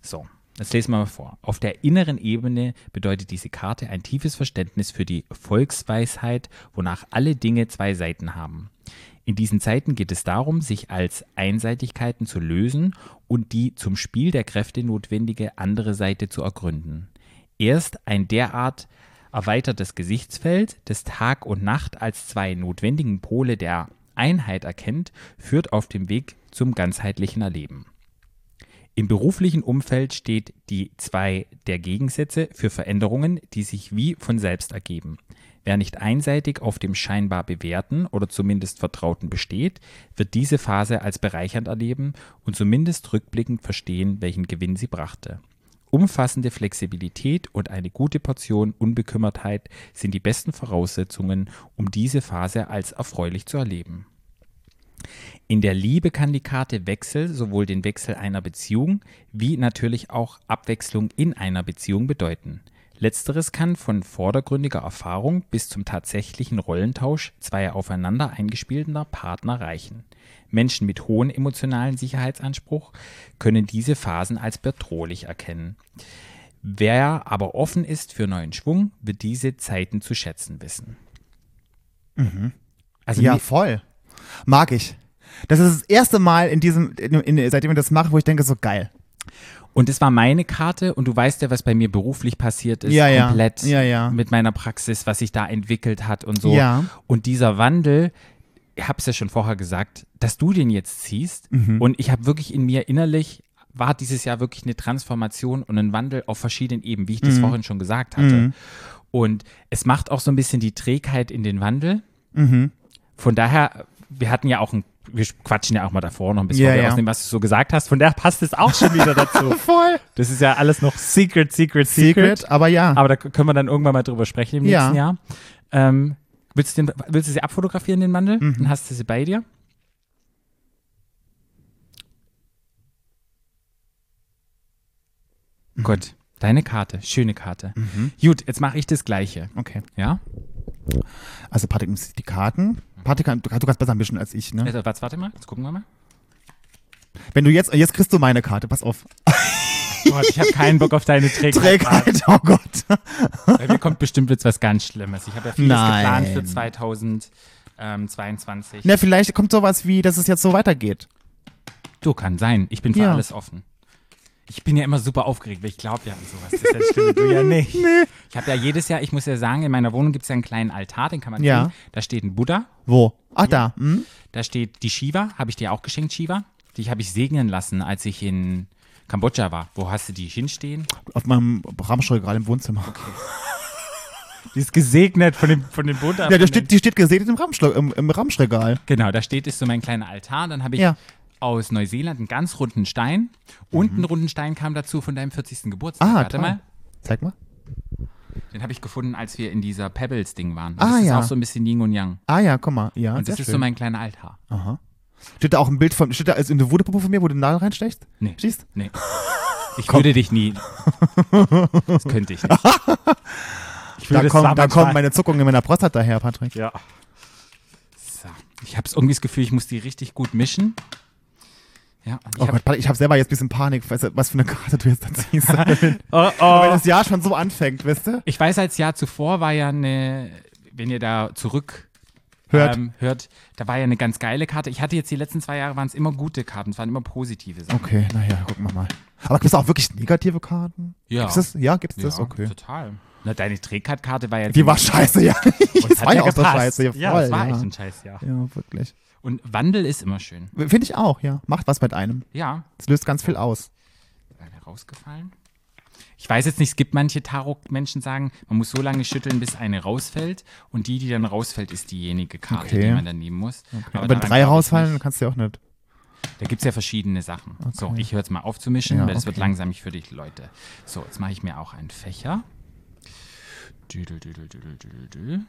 Speaker 1: So, das lesen wir mal vor. Auf der inneren Ebene bedeutet diese Karte ein tiefes Verständnis für die Volksweisheit, wonach alle Dinge zwei Seiten haben. In diesen Zeiten geht es darum, sich als Einseitigkeiten zu lösen und die zum Spiel der Kräfte notwendige andere Seite zu ergründen. Erst ein derart erweitertes Gesichtsfeld des Tag und Nacht als zwei notwendigen Pole der Einheit erkennt, führt auf dem Weg zum ganzheitlichen Erleben. Im beruflichen Umfeld steht die zwei der Gegensätze für Veränderungen, die sich wie von selbst ergeben. Wer nicht einseitig auf dem scheinbar bewährten oder zumindest vertrauten besteht, wird diese Phase als bereichernd erleben und zumindest rückblickend verstehen, welchen Gewinn sie brachte. Umfassende Flexibilität und eine gute Portion Unbekümmertheit sind die besten Voraussetzungen, um diese Phase als erfreulich zu erleben. In der Liebe kann die Karte Wechsel, sowohl den Wechsel einer Beziehung wie natürlich auch Abwechslung in einer Beziehung bedeuten. Letzteres kann von vordergründiger Erfahrung bis zum tatsächlichen Rollentausch zweier aufeinander eingespielter Partner reichen. Menschen mit hohem emotionalen Sicherheitsanspruch können diese Phasen als bedrohlich erkennen. Wer aber offen ist für neuen Schwung, wird diese Zeiten zu schätzen wissen. Also
Speaker 2: ja,
Speaker 1: mir-
Speaker 2: voll. Mag ich. Das ist das erste Mal in diesem, in, in, seitdem ich das mache, wo ich denke, so geil.
Speaker 1: Und das war meine Karte und du weißt ja, was bei mir beruflich passiert ist,
Speaker 2: Ja, ja.
Speaker 1: komplett
Speaker 2: Ja, ja.
Speaker 1: mit meiner Praxis, was sich da entwickelt hat und so.
Speaker 2: Ja.
Speaker 1: Und dieser Wandel, ich habe es ja schon vorher gesagt, dass du den jetzt ziehst
Speaker 2: Mhm.
Speaker 1: und ich habe wirklich in mir innerlich war dieses Jahr wirklich eine Transformation und ein Wandel auf verschiedenen Ebenen, wie ich
Speaker 2: Mhm.
Speaker 1: das vorhin schon gesagt hatte. Und es macht auch so ein bisschen die Trägheit in den Wandel.
Speaker 2: Mhm.
Speaker 1: Von daher, wir hatten ja auch ein, wir quatschen ja auch mal davor noch ein bisschen
Speaker 2: Ja,
Speaker 1: wir
Speaker 2: ja.
Speaker 1: ausnehmen, was du so gesagt hast. Von daher passt es auch schon wieder dazu.
Speaker 2: Voll.
Speaker 1: Das ist ja alles noch Secret, Secret, Secret.
Speaker 2: Secret, aber ja.
Speaker 1: Aber da k- können wir dann irgendwann mal drüber sprechen im
Speaker 2: Ja.
Speaker 1: nächsten Jahr. Ähm, willst, du den, willst du sie abfotografieren, den Mandel?
Speaker 2: Mhm.
Speaker 1: Dann hast du sie bei dir.
Speaker 2: Mhm.
Speaker 1: Gut, deine Karte, schöne Karte. Gut, jetzt mache ich das Gleiche.
Speaker 2: okay.
Speaker 1: Ja?
Speaker 2: Also Patrick nimmt sich die Karten.
Speaker 1: Mhm.
Speaker 2: Patrick, kann- du kannst du kannst besser mischen als ich, ne?
Speaker 1: Also, was, warte mal, jetzt gucken wir mal.
Speaker 2: Wenn du jetzt, jetzt kriegst du meine Karte, pass auf.
Speaker 1: Gott, ich habe keinen Bock auf deine Träger.
Speaker 2: Trägheit, oh Gott.
Speaker 1: Bei mir kommt bestimmt jetzt was ganz Schlimmes. Ich habe ja vieles
Speaker 2: Nein.
Speaker 1: geplant für 2022.
Speaker 2: Na, vielleicht kommt sowas wie, dass es jetzt so weitergeht.
Speaker 1: Du, kann sein. Ich bin für
Speaker 2: Ja.
Speaker 1: alles offen. Ich bin ja immer super aufgeregt, weil ich glaube ja an sowas. Das ist ja schlimm, du ja nicht. Ich habe ja jedes Jahr, ich muss ja sagen, in meiner Wohnung gibt es ja einen kleinen Altar, den kann man
Speaker 2: Ja.
Speaker 1: sehen. Da steht ein Buddha,
Speaker 2: Wo? Ach, da. Hm?
Speaker 1: da steht die Shiva, habe ich dir auch geschenkt, Shiva. Die habe ich segnen lassen, als ich in Kambodscha war. Wo hast du die hinstehen?
Speaker 2: Auf meinem Rahmenstuhlregal im Wohnzimmer.
Speaker 1: Die ist gesegnet von dem, von dem Buddha. von
Speaker 2: Ja, die steht, die steht gesegnet im, Ramschle- im, im Ramschregal.
Speaker 1: Genau, da steht ist so mein kleiner Altar. Dann habe ich
Speaker 2: Ja. Mhm.
Speaker 1: aus Neuseeland einen ganz runden Stein und einen runden Stein kam dazu von deinem 40. Geburtstag.
Speaker 2: Ah,
Speaker 1: Warte
Speaker 2: toll.
Speaker 1: mal,
Speaker 2: Zeig mal.
Speaker 1: den habe ich gefunden, als wir in dieser Pebbles-Ding waren. Und
Speaker 2: Ah,
Speaker 1: das
Speaker 2: ja.
Speaker 1: ist auch so ein bisschen Yin und Yang.
Speaker 2: Ah ja, guck mal. Ja,
Speaker 1: Und das
Speaker 2: sehr
Speaker 1: ist
Speaker 2: schön. Ah,
Speaker 1: so mein kleiner Altar.
Speaker 2: Steht da auch ein Bild von, steht da also eine Wudepuppe von mir, wo du den Nadel reinstechst?
Speaker 1: Nee.
Speaker 2: Schießt?
Speaker 1: Nee. Ich würde dich nie. Das könnte ich nicht. Ich
Speaker 2: Da,
Speaker 1: würde es
Speaker 2: kommen,
Speaker 1: zwar
Speaker 2: da
Speaker 1: manchmal-
Speaker 2: kommen meine Zuckungen in meiner Prostata her, Patrick. Oh
Speaker 1: Ja. So. Ich habe irgendwie das Gefühl, ich muss die richtig gut mischen. Ja. und Ich
Speaker 2: Oh
Speaker 1: hab,
Speaker 2: Gott, Patrick, ich habe selber jetzt ein bisschen Panik, weißt du, was für eine Karte du jetzt da ziehst. Wenn
Speaker 1: oh,
Speaker 2: das Jahr schon so anfängt, weißt du?
Speaker 1: Ich weiß, als Jahr zuvor war ja eine, wenn ihr da zurück
Speaker 2: Hört.
Speaker 1: Ähm, hört, da war ja eine ganz geile Karte. Ich hatte jetzt die letzten zwei Jahre waren es immer gute Karten, es waren immer positive Sachen.
Speaker 2: Okay, naja, gucken wir mal. Aber gibt es auch wirklich negative Karten?
Speaker 1: Ja.
Speaker 2: Gibt's das? Ja, gibt's das?
Speaker 1: Ja,
Speaker 2: Okay.
Speaker 1: Total. Na, deine Trägkarte war ja
Speaker 2: Die war scheiße, ja.
Speaker 1: und
Speaker 2: Das
Speaker 1: hat
Speaker 2: war ja auch so
Speaker 1: gepasst.
Speaker 2: scheiße. Ja,
Speaker 1: Ja,
Speaker 2: voll,
Speaker 1: das war
Speaker 2: ja.
Speaker 1: echt ein scheiß Jahr.
Speaker 2: Ja, wirklich.
Speaker 1: Und Wandel ist immer schön.
Speaker 2: Finde ich auch, ja. Macht was mit einem.
Speaker 1: Ja.
Speaker 2: Das löst ganz viel aus.
Speaker 1: Eine rausgefallen. Ich weiß jetzt nicht, es gibt manche Tarot-Menschen sagen, man muss so lange schütteln, bis eine rausfällt. Und die, die dann rausfällt, ist diejenige Karte,
Speaker 2: Okay.
Speaker 1: die man dann nehmen muss.
Speaker 2: Aber wenn
Speaker 1: daran
Speaker 2: drei
Speaker 1: glaub ich
Speaker 2: rausfallen,
Speaker 1: nicht.
Speaker 2: kannst du ja auch nicht.
Speaker 1: Da gibt es ja verschiedene Sachen. So, ich höre jetzt mal auf zu mischen,
Speaker 2: Ja,
Speaker 1: weil das wird
Speaker 2: okay.
Speaker 1: langsam nicht für dich, Leute. So, jetzt mache ich mir auch einen Fächer. Düdel, düdel, düdel, düdel, düdel.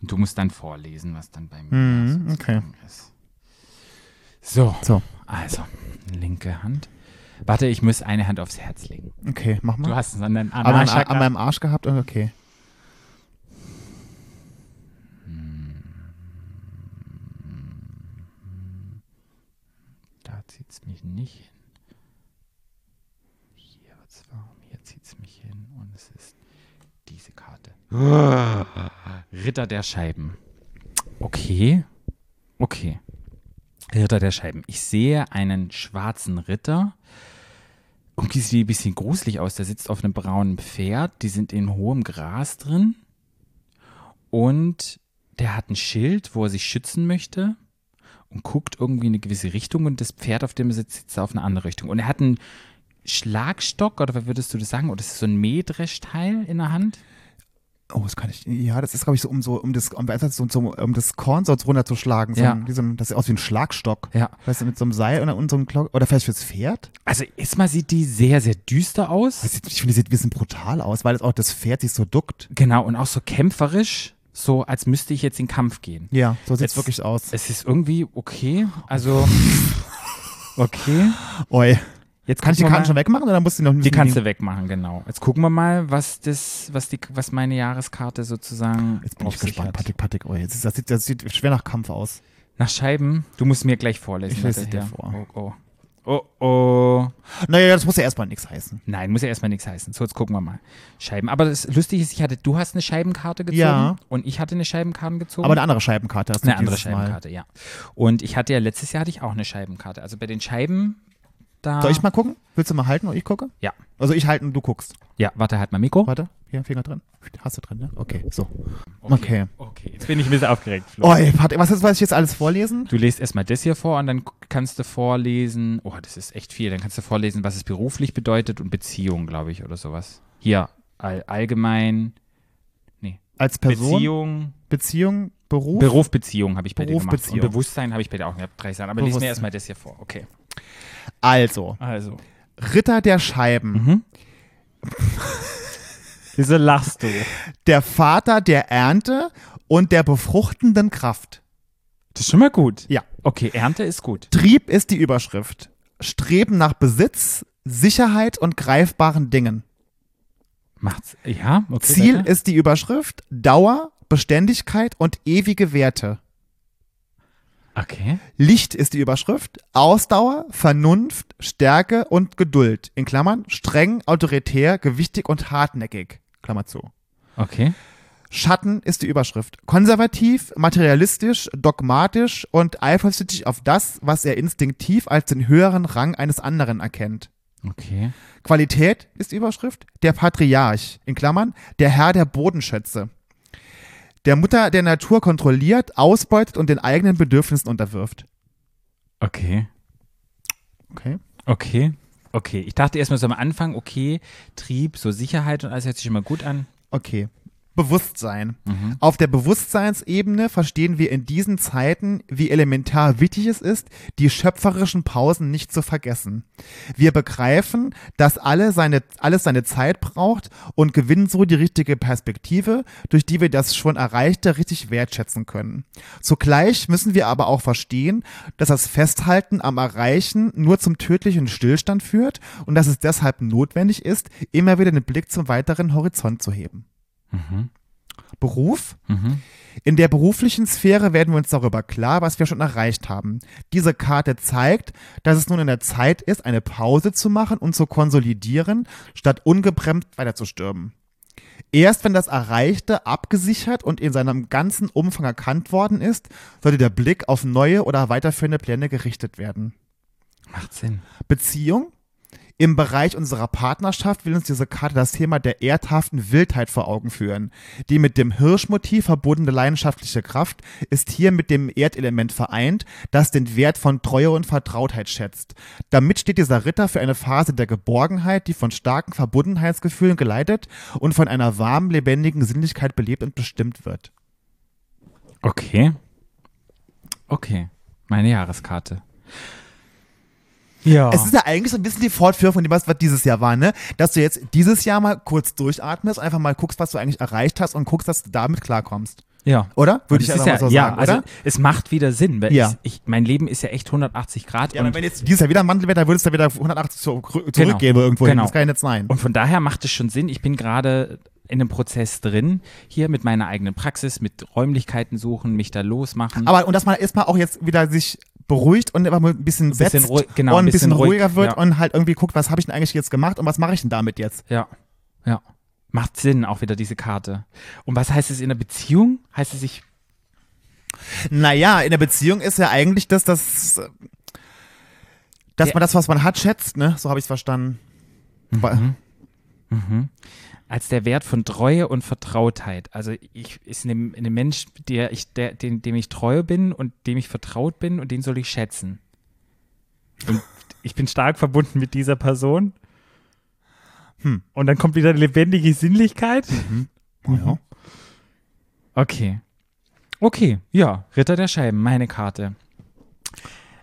Speaker 1: Und du musst dann vorlesen, was dann bei mir
Speaker 2: Mhm, okay.
Speaker 1: sozusagen ist. So,
Speaker 2: So,
Speaker 1: also, linke Hand. Warte, ich muss eine Hand aufs Herz legen.
Speaker 2: okay, mach
Speaker 1: Du
Speaker 2: mal.
Speaker 1: hast es an deinem
Speaker 2: Aber an, an
Speaker 1: Anarchaka.
Speaker 2: meinem Arsch gehabt, Oh, okay.
Speaker 1: Da zieht es mich nicht hin. Hier wird es warm, hier zieht es mich hin. Und es ist diese Karte. Ritter der Scheiben. Okay. Okay. Ritter der Scheiben. Ich sehe einen schwarzen Ritter. Und die sieht ein bisschen gruselig aus. Der sitzt auf einem braunen Pferd. Die sind in hohem Gras drin. Und der hat ein Schild, wo er sich schützen möchte. Und guckt irgendwie in eine gewisse Richtung. Und das Pferd, auf dem er sitzt, sitzt auf eine andere Richtung. Und er hat einen Schlagstock, oder was würdest du das sagen? Oder ist es so ein Mähdreschteil in der Hand?
Speaker 2: Oh, das kann ich. Ja, das ist, glaube ich, so um so, um das, um, so, so, um das Korn so runterzuschlagen. So
Speaker 1: Ja.
Speaker 2: ein, wie so ein, das sieht aus wie ein Schlagstock.
Speaker 1: Ja.
Speaker 2: Weißt du, mit so einem Seil und, und so einem Glock. Oder vielleicht fürs Pferd?
Speaker 1: Also erstmal sieht die sehr, sehr düster
Speaker 2: Das
Speaker 1: aus.
Speaker 2: sieht, ich finde, die sieht ein bisschen brutal aus, weil das auch das Pferd sich so duckt.
Speaker 1: Genau, und auch so kämpferisch, so als müsste ich jetzt in den Kampf gehen.
Speaker 2: Ja, so sieht's
Speaker 1: Es-
Speaker 2: wirklich aus.
Speaker 1: Es ist irgendwie okay, also okay.
Speaker 2: Oi.
Speaker 1: Jetzt
Speaker 2: Kann
Speaker 1: gucken
Speaker 2: ich Also, die
Speaker 1: wir
Speaker 2: Karten schon
Speaker 1: mal,
Speaker 2: wegmachen oder musst du die noch ein
Speaker 1: Die
Speaker 2: bisschen
Speaker 1: kannst du wegmachen, genau. Jetzt gucken wir mal, was das, was die, was meine Jahreskarte sozusagen
Speaker 2: Jetzt bin
Speaker 1: auf
Speaker 2: ich
Speaker 1: sich
Speaker 2: gespannt.
Speaker 1: hat.
Speaker 2: Patik, Patik, oh, jetzt ist, das, sieht, das sieht schwer nach Kampf aus.
Speaker 1: Nach Scheiben, du musst mir gleich vorlesen.
Speaker 2: Ich lese
Speaker 1: warte,
Speaker 2: dir
Speaker 1: ja.
Speaker 2: vor.
Speaker 1: Oh, oh. Oh, oh.
Speaker 2: Naja, das muss ja erstmal nichts heißen.
Speaker 1: Nein, muss ja erstmal nichts heißen. So, jetzt gucken wir mal. Scheiben. Aber das Lustige ist, ich hatte, du hast eine Scheibenkarte gezogen
Speaker 2: Ja.
Speaker 1: und ich hatte eine Scheibenkarte gezogen.
Speaker 2: Aber eine andere Scheibenkarte hast du
Speaker 1: Mhm. eine andere
Speaker 2: dieses Mal.
Speaker 1: Scheibenkarte, ja. Und ich hatte ja letztes Jahr hatte ich auch eine Scheibenkarte. Also bei den Scheiben da.
Speaker 2: Soll ich mal gucken? Willst du mal halten und ich gucke?
Speaker 1: Ah. Ja.
Speaker 2: Also ich halten und du guckst.
Speaker 1: Ja, warte halt mal Mikro.
Speaker 2: Warte, hier, Finger drin. Hast du drin, ne? Okay, so.
Speaker 1: Okay.
Speaker 2: Okay.
Speaker 1: Okay, jetzt bin ich ein bisschen aufgeregt. Flo.
Speaker 2: Oh, ey, Patrick, was ist, was ich jetzt alles vorlesen?
Speaker 1: Du lest erstmal das hier vor und dann k- kannst du vorlesen. Oh, das ist echt viel. Dann kannst du vorlesen, was es beruflich bedeutet und Beziehung, glaube ich, oder sowas. Hier, all, allgemein.
Speaker 2: Als Person, Beziehung,
Speaker 1: Beziehung.
Speaker 2: Beruf.
Speaker 1: Beruf, Beziehung habe ich bei dir
Speaker 2: Beruf,
Speaker 1: gemacht.
Speaker 2: Beziehung.
Speaker 1: Und Bewusstsein habe ich bei dir auch gehabt. Drei Sachen. Aber lies mir
Speaker 2: Bewusstsein.
Speaker 1: erstmal das hier vor. Okay.
Speaker 2: Also,
Speaker 1: Also.
Speaker 2: Ritter der Scheiben,
Speaker 1: Mhm. Wieso lachst du?
Speaker 2: der Vater der Ernte und der befruchtenden Kraft.
Speaker 1: Das ist schon mal gut.
Speaker 2: Ja.
Speaker 1: Okay, Ernte ist gut.
Speaker 2: Trieb ist die Überschrift. Streben nach Besitz, Sicherheit und greifbaren Dingen.
Speaker 1: Macht's. Ja, okay.
Speaker 2: Ziel
Speaker 1: weiter.
Speaker 2: ist die Überschrift, Dauer, Beständigkeit und ewige Werte.
Speaker 1: Okay.
Speaker 2: Licht ist die Überschrift, Ausdauer, Vernunft, Stärke und Geduld. In Klammern, streng, autoritär, gewichtig und hartnäckig. Klammer zu.
Speaker 1: Okay.
Speaker 2: Schatten ist die Überschrift. Konservativ, materialistisch, dogmatisch und eifersüchtig auf das, was er instinktiv als den höheren Rang eines anderen erkennt.
Speaker 1: Okay.
Speaker 2: Qualität ist die Überschrift. Der Patriarch, in Klammern, der Herr der Bodenschätze. Der Mutter der Natur kontrolliert, ausbeutet und den eigenen Bedürfnissen unterwirft.
Speaker 1: Okay.
Speaker 2: Okay.
Speaker 1: Okay. Okay. Ich dachte erstmal so am Anfang, okay, Trieb, so Sicherheit und alles hört sich immer gut an.
Speaker 2: Okay. Bewusstsein. Auf der Bewusstseinsebene verstehen wir in diesen Zeiten, wie elementar wichtig es ist, die schöpferischen Pausen nicht zu vergessen. Wir begreifen, dass alle seine, alles seine Zeit braucht und gewinnen so die richtige Perspektive, durch die wir das schon Erreichte richtig wertschätzen können. Zugleich müssen wir aber auch verstehen, dass das Festhalten am Erreichen nur zum tödlichen Stillstand führt und dass es deshalb notwendig ist, immer wieder den Blick zum weiteren Horizont zu heben. Beruf. In der beruflichen Sphäre werden wir uns darüber klar, was wir schon erreicht haben. Diese Karte zeigt, dass es nun in der Zeit ist, eine Pause zu machen und zu konsolidieren, statt ungebremst weiterzustürmen. Erst wenn das Erreichte abgesichert und in seinem ganzen Umfang erkannt worden ist, sollte der Blick auf neue oder weiterführende Pläne gerichtet werden.
Speaker 1: Macht Sinn.
Speaker 2: Beziehung. Im Bereich unserer Partnerschaft will uns diese Karte das Thema der erdhaften Wildheit vor Augen führen. Die mit dem Hirschmotiv verbundene leidenschaftliche Kraft ist hier mit dem Erdelement vereint, das den Wert von Treue und Vertrautheit schätzt. Damit steht dieser Ritter für eine Phase der Geborgenheit, die von starken Verbundenheitsgefühlen geleitet und von einer warmen, lebendigen Sinnlichkeit belebt und bestimmt wird.
Speaker 1: Okay. Okay. Meine Jahreskarte. Ja.
Speaker 2: Es ist ja eigentlich so ein bisschen die Fortführung von dem, was, was dieses Jahr war, ne? Dass du jetzt dieses Jahr mal kurz durchatmest, einfach mal guckst, was du eigentlich erreicht hast und guckst, dass du damit klarkommst.
Speaker 1: ja.
Speaker 2: Oder? Würde ich
Speaker 1: Das ist
Speaker 2: einfach
Speaker 1: ja,
Speaker 2: mal so
Speaker 1: ja,
Speaker 2: sagen,
Speaker 1: also
Speaker 2: oder?
Speaker 1: es macht wieder Sinn, weil
Speaker 2: Ja.
Speaker 1: ich, ich, mein Leben ist ja echt 180 Grad
Speaker 2: Ja,
Speaker 1: und
Speaker 2: aber wenn jetzt dieses Jahr wieder ein Mantel wäre, dann würdest du wieder 180 zur- zurückgehen
Speaker 1: Genau.
Speaker 2: irgendwo hin.
Speaker 1: Genau.
Speaker 2: Das kann ja nicht sein.
Speaker 1: Und von daher macht es schon Sinn. Ich bin gerade in einem Prozess drin, hier mit meiner eigenen Praxis, mit Räumlichkeiten suchen, mich da losmachen.
Speaker 2: aber, und dass man erstmal auch jetzt wieder sich beruhigt und einfach mal ein bisschen, setzt
Speaker 1: bisschen ruhig- genau,
Speaker 2: und
Speaker 1: ein
Speaker 2: ein bisschen,
Speaker 1: bisschen ruhig,
Speaker 2: ruhiger wird
Speaker 1: ja.
Speaker 2: und halt irgendwie guckt, was habe ich denn eigentlich jetzt gemacht und was mache ich denn damit jetzt?
Speaker 1: ja, ja. Macht Sinn, auch wieder diese Karte. Und was heißt es in der Beziehung? Heißt es sich
Speaker 2: Naja, in der Beziehung ist ja eigentlich das, dass, dass
Speaker 1: Der-
Speaker 2: man das, was man hat, schätzt, ne? So habe ich es verstanden. Weil-
Speaker 1: als der Wert von Treue und Vertrautheit. Also ich ist ein, ein Mensch, der ich, der, dem, dem ich treu bin und dem ich vertraut bin und den soll ich schätzen. Und ich bin stark verbunden mit dieser Person. Und dann kommt wieder lebendige Sinnlichkeit.
Speaker 2: Ja.
Speaker 1: Okay. Okay, ja, Ritter der Scheiben, meine Karte.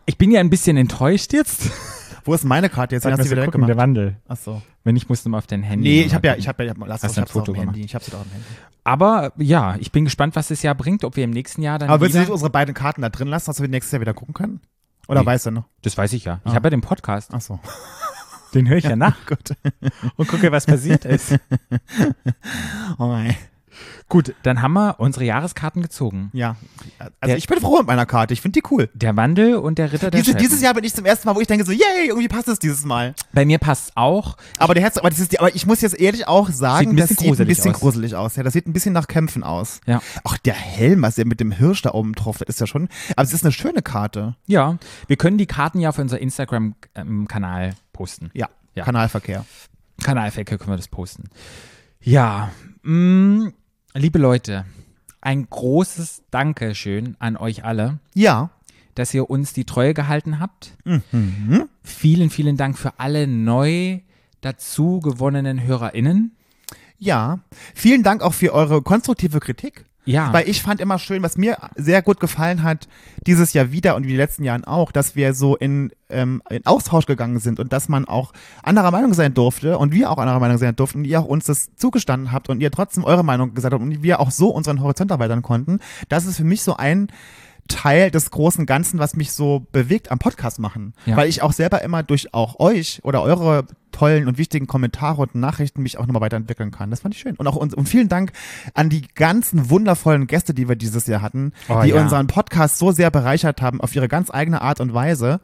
Speaker 1: Ich bin ja ein bisschen enttäuscht jetzt.
Speaker 2: Wo ist meine Karte jetzt? Wen
Speaker 1: Sag
Speaker 2: Hast
Speaker 1: mal,
Speaker 2: du die
Speaker 1: so
Speaker 2: wieder
Speaker 1: gucken, der
Speaker 2: gemacht?
Speaker 1: Wandel.
Speaker 2: Achso.
Speaker 1: Wenn ich musste mal auf dein Handy.
Speaker 2: Nee,
Speaker 1: mal
Speaker 2: ich habe ja,
Speaker 1: gucken.
Speaker 2: ich habe ja, ich hab, lass
Speaker 1: Hast
Speaker 2: ich
Speaker 1: du ein
Speaker 2: hab's doch
Speaker 1: Foto
Speaker 2: am Handy.
Speaker 1: gemacht?
Speaker 2: Ich hab's doch am Handy.
Speaker 1: Aber ja, ich bin gespannt, was das Jahr bringt, ob wir im nächsten Jahr dann.
Speaker 2: Aber willst du
Speaker 1: wieder
Speaker 2: nicht unsere beiden Karten da drin lassen, dass wir nächstes Jahr wieder gucken können? Oder
Speaker 1: Nee.
Speaker 2: weißt du noch? oh
Speaker 1: das weiß ich ja. Ich habe ja den Podcast.
Speaker 2: Achso.
Speaker 1: Ah. Den höre ich ja nach
Speaker 2: Gut.
Speaker 1: und gucke, was passiert ist.
Speaker 2: Oh mein.
Speaker 1: Gut, dann haben wir unsere Jahreskarten gezogen.
Speaker 2: Ja. Also
Speaker 1: Der-
Speaker 2: ich bin froh mit meiner Karte. Ich finde die cool.
Speaker 1: Der Wandel und der Ritter der
Speaker 2: Diese,
Speaker 1: Scheiben.
Speaker 2: dieses Jahr bin ich zum ersten Mal, wo ich denke so, yay, irgendwie passt es dieses Mal.
Speaker 1: Bei mir passt auch.
Speaker 2: Aber der Herz, aber, das ist die, aber ich muss jetzt ehrlich auch
Speaker 1: Sieht ein
Speaker 2: sagen, das
Speaker 1: bisschen
Speaker 2: sieht ein
Speaker 1: gruselig
Speaker 2: bisschen
Speaker 1: aus.
Speaker 2: gruselig aus. Ja, das sieht ein bisschen nach Kämpfen aus.
Speaker 1: Ja.
Speaker 2: Ach, der Helm, was der mit dem Hirsch da oben drauf, das ist ja schon. Aber es ist eine schöne Karte.
Speaker 1: Ja, wir können die Karten ja auf unser Instagram-Kanal posten.
Speaker 2: Ja.
Speaker 1: Ja.
Speaker 2: Kanalverkehr.
Speaker 1: Kanalfecke können wir das posten. Ja, mh, liebe Leute, ein großes Dankeschön an euch alle,
Speaker 2: Ja.
Speaker 1: dass ihr uns die Treue gehalten habt.
Speaker 2: Mhm.
Speaker 1: Vielen, vielen Dank für alle neu dazu gewonnenen HörerInnen.
Speaker 2: Ja. Vielen Dank auch für eure konstruktive Kritik.
Speaker 1: Ja,
Speaker 2: Weil ich fand immer schön, was mir sehr gut gefallen hat, dieses Jahr wieder und wie die letzten Jahren auch, dass wir so in, ähm, in Austausch gegangen sind und dass man auch anderer Meinung sein durfte und wir auch anderer Meinung sein durften und ihr auch uns das zugestanden habt und ihr trotzdem eure Meinung gesagt habt und wir auch so unseren Horizont erweitern konnten. Das ist für mich so ein Teil des großen Ganzen, was mich so bewegt am Podcast machen.
Speaker 1: Ja.
Speaker 2: Weil ich auch selber immer durch auch euch oder eure tollen und wichtigen Kommentare und Nachrichten mich auch nochmal weiterentwickeln kann. Das fand ich schön. Und auch uns, und vielen Dank an die ganzen wundervollen Gäste, die wir dieses Jahr hatten,
Speaker 1: Oh,
Speaker 2: die
Speaker 1: ja.
Speaker 2: unseren Podcast so sehr bereichert haben auf ihre ganz eigene Art und Weise,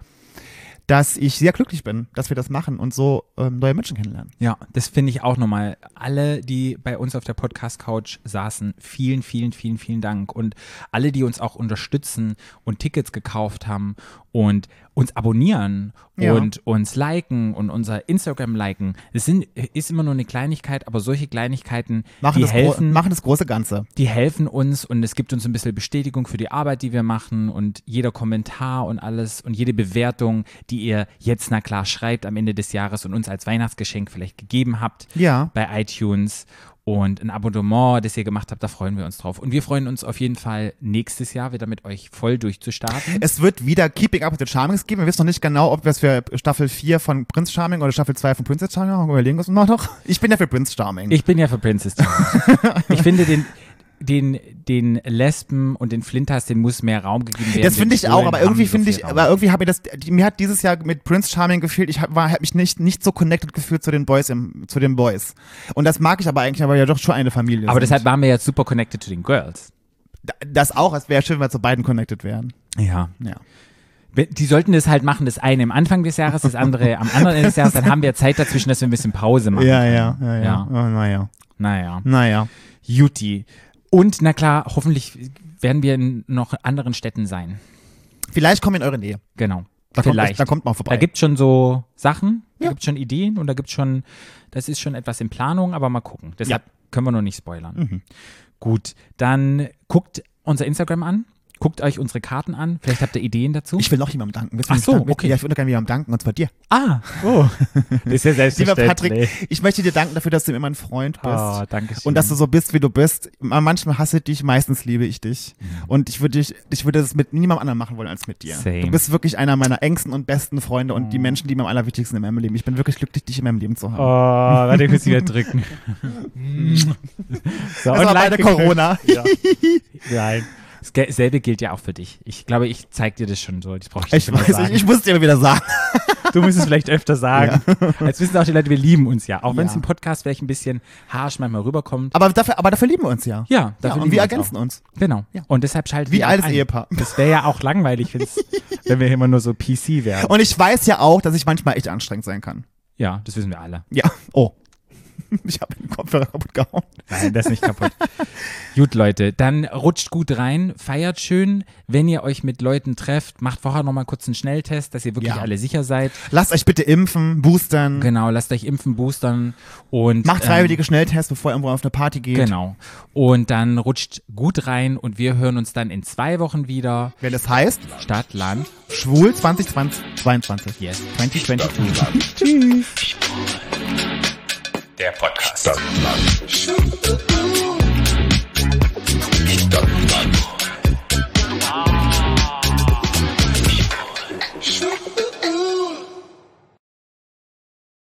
Speaker 2: dass ich sehr glücklich bin, dass wir das machen und so ähm, neue Menschen kennenlernen.
Speaker 1: ja, das finde ich auch nochmal. Alle, die bei uns auf der Podcast-Couch saßen, vielen, vielen, vielen, vielen Dank. Und alle, die uns auch unterstützen und Tickets gekauft haben und uns abonnieren
Speaker 2: Ja.
Speaker 1: und uns liken und unser Instagram liken. Es sind, ist immer nur eine Kleinigkeit, aber solche Kleinigkeiten,
Speaker 2: Machen,
Speaker 1: die
Speaker 2: das, gro
Speaker 1: helfen.
Speaker 2: machen das große Ganze.
Speaker 1: die helfen uns und es gibt uns ein bisschen Bestätigung für die Arbeit, die wir machen und jeder Kommentar und alles und jede Bewertung, die ihr jetzt na klar schreibt am Ende des Jahres und uns als Weihnachtsgeschenk vielleicht gegeben habt
Speaker 2: Ja.
Speaker 1: bei iTunes und ein Abonnement, das ihr gemacht habt, da freuen wir uns drauf. Und wir freuen uns auf jeden Fall nächstes Jahr wieder mit euch voll durchzustarten.
Speaker 2: Es wird wieder Keeping Up with the Charmings geben. Wir wissen noch nicht genau, ob wir es für Staffel 4 von Prince Charming oder Staffel 2 von Princess Charming machen. Überlegen wir uns noch. noch. Ich bin ja für Prince Charming.
Speaker 1: Ich bin ja für Princess Charming. Ich finde den den den Lesben und den Flinters, den muss mehr Raum gegeben werden.
Speaker 2: das
Speaker 1: Den
Speaker 2: finde ich auch,
Speaker 1: Schwulen
Speaker 2: aber
Speaker 1: haben
Speaker 2: irgendwie
Speaker 1: so
Speaker 2: finde
Speaker 1: viel
Speaker 2: ich,
Speaker 1: Raum.
Speaker 2: aber irgendwie hat mir das, die- mir hat dieses Jahr mit Prince Charming gefehlt. Ich hab- war, habe mich nicht, nicht so connected gefühlt zu den Boys, im, zu den Boys. Und das mag ich aber eigentlich, weil wir ja doch schon eine Familie
Speaker 1: aber
Speaker 2: sind.
Speaker 1: deshalb waren wir jetzt super connected zu den Girls.
Speaker 2: das auch, es wäre schön, wenn wir zu beiden connected wären.
Speaker 1: Ja.
Speaker 2: Ja.
Speaker 1: Die sollten das halt machen, das eine am Anfang des Jahres, das andere am anderen Ende des Jahres, dann haben wir Zeit dazwischen, dass wir ein bisschen Pause machen.
Speaker 2: Ja, ja, ja, ja.
Speaker 1: Ja.
Speaker 2: Oh, naja,
Speaker 1: Naja.
Speaker 2: naja.
Speaker 1: Juti. Und na klar, hoffentlich werden wir in noch anderen Städten sein.
Speaker 2: Vielleicht kommen wir in eure Nähe.
Speaker 1: Genau.
Speaker 2: Da
Speaker 1: Vielleicht.
Speaker 2: Kommt, da kommt mal vorbei.
Speaker 1: da gibt's schon so Sachen, da
Speaker 2: Ja.
Speaker 1: gibt's schon Ideen und da gibt's schon, das ist schon etwas in Planung, aber mal gucken. Deshalb können wir noch nicht spoilern.
Speaker 2: Mhm.
Speaker 1: Gut, dann guckt unser Instagram an, guckt euch unsere Karten an, vielleicht habt ihr Ideen dazu.
Speaker 2: ich will noch jemandem danken. Willst du
Speaker 1: Ach
Speaker 2: mich
Speaker 1: so,
Speaker 2: danken?
Speaker 1: okay.
Speaker 2: Ja, ich würde gerne jemandem danken, und zwar dir.
Speaker 1: ah, oh. das ist ja
Speaker 2: Lieber
Speaker 1: selbstverständlich.
Speaker 2: Patrick, ich möchte dir danken dafür, dass du immer ein Freund bist.
Speaker 1: Ah, danke schön.
Speaker 2: Und dass du so bist, wie du bist. Man- Manchmal hasse ich dich, meistens liebe ich dich. Und ich würde dich, ich würde das mit niemandem anderen machen wollen als mit dir.
Speaker 1: Mhm. Same. Mhm.
Speaker 2: Du bist wirklich einer meiner engsten und besten Freunde und die Menschen, die mir am allerwichtigsten in meinem Leben. Ich bin wirklich glücklich, dich in meinem Leben zu haben.
Speaker 1: Oh, warte, ich muss wieder drücken. so,
Speaker 2: das war beide Corona.
Speaker 1: Nein. Das gel- selbe gilt ja auch für dich. Ich glaube, ich zeig dir das schon so. Das brauche ich, nicht
Speaker 2: Ich
Speaker 1: immer
Speaker 2: weiß, ich,
Speaker 1: sagen.
Speaker 2: ich muss dir immer wieder sagen.
Speaker 1: Du musst es vielleicht öfter sagen. Als wissen auch die Leute, wir lieben uns ja. Auch wenn es
Speaker 2: Ja.
Speaker 1: im Podcast vielleicht ein bisschen harsch manchmal rüberkommt.
Speaker 2: Aber dafür, aber dafür lieben wir uns ja.
Speaker 1: Ja,
Speaker 2: ja
Speaker 1: dafür
Speaker 2: und
Speaker 1: lieben
Speaker 2: wir
Speaker 1: uns
Speaker 2: ergänzen uns.
Speaker 1: auch. Genau.
Speaker 2: Ja.
Speaker 1: Und deshalb schaltet
Speaker 2: Wie
Speaker 1: ihr
Speaker 2: ein
Speaker 1: auch
Speaker 2: altes
Speaker 1: ein.
Speaker 2: Ehepaar.
Speaker 1: Das wäre ja auch langweilig, wenn's- wenn wir immer nur so PC wären.
Speaker 2: Und ich weiß ja auch, dass ich manchmal echt anstrengend sein kann.
Speaker 1: Ja, das wissen wir alle.
Speaker 2: Ja. Oh. ich habe den Kopfhörer kaputt gehauen.
Speaker 1: Nein, das ist nicht kaputt. gut, Leute, dann rutscht gut rein, feiert schön. Wenn ihr euch mit Leuten trefft, macht vorher nochmal kurz einen Schnelltest, dass ihr wirklich
Speaker 2: Ja.
Speaker 1: alle sicher seid.
Speaker 2: Lasst euch bitte impfen, boostern.
Speaker 1: Genau, lasst euch impfen, boostern und
Speaker 2: Macht
Speaker 1: ähm,
Speaker 2: freiwillige Schnelltests, bevor ihr irgendwo auf eine Party geht.
Speaker 1: Genau. Und dann rutscht gut rein und wir hören uns dann in zwei Wochen wieder.
Speaker 2: Wenn es heißt,
Speaker 1: Stadt, Land,
Speaker 2: schwul 2022.
Speaker 1: yes.
Speaker 2: 2022.
Speaker 3: Stadtland.
Speaker 2: Tschüss.
Speaker 3: Der Podcast. Stadtland.
Speaker 4: Shut the door.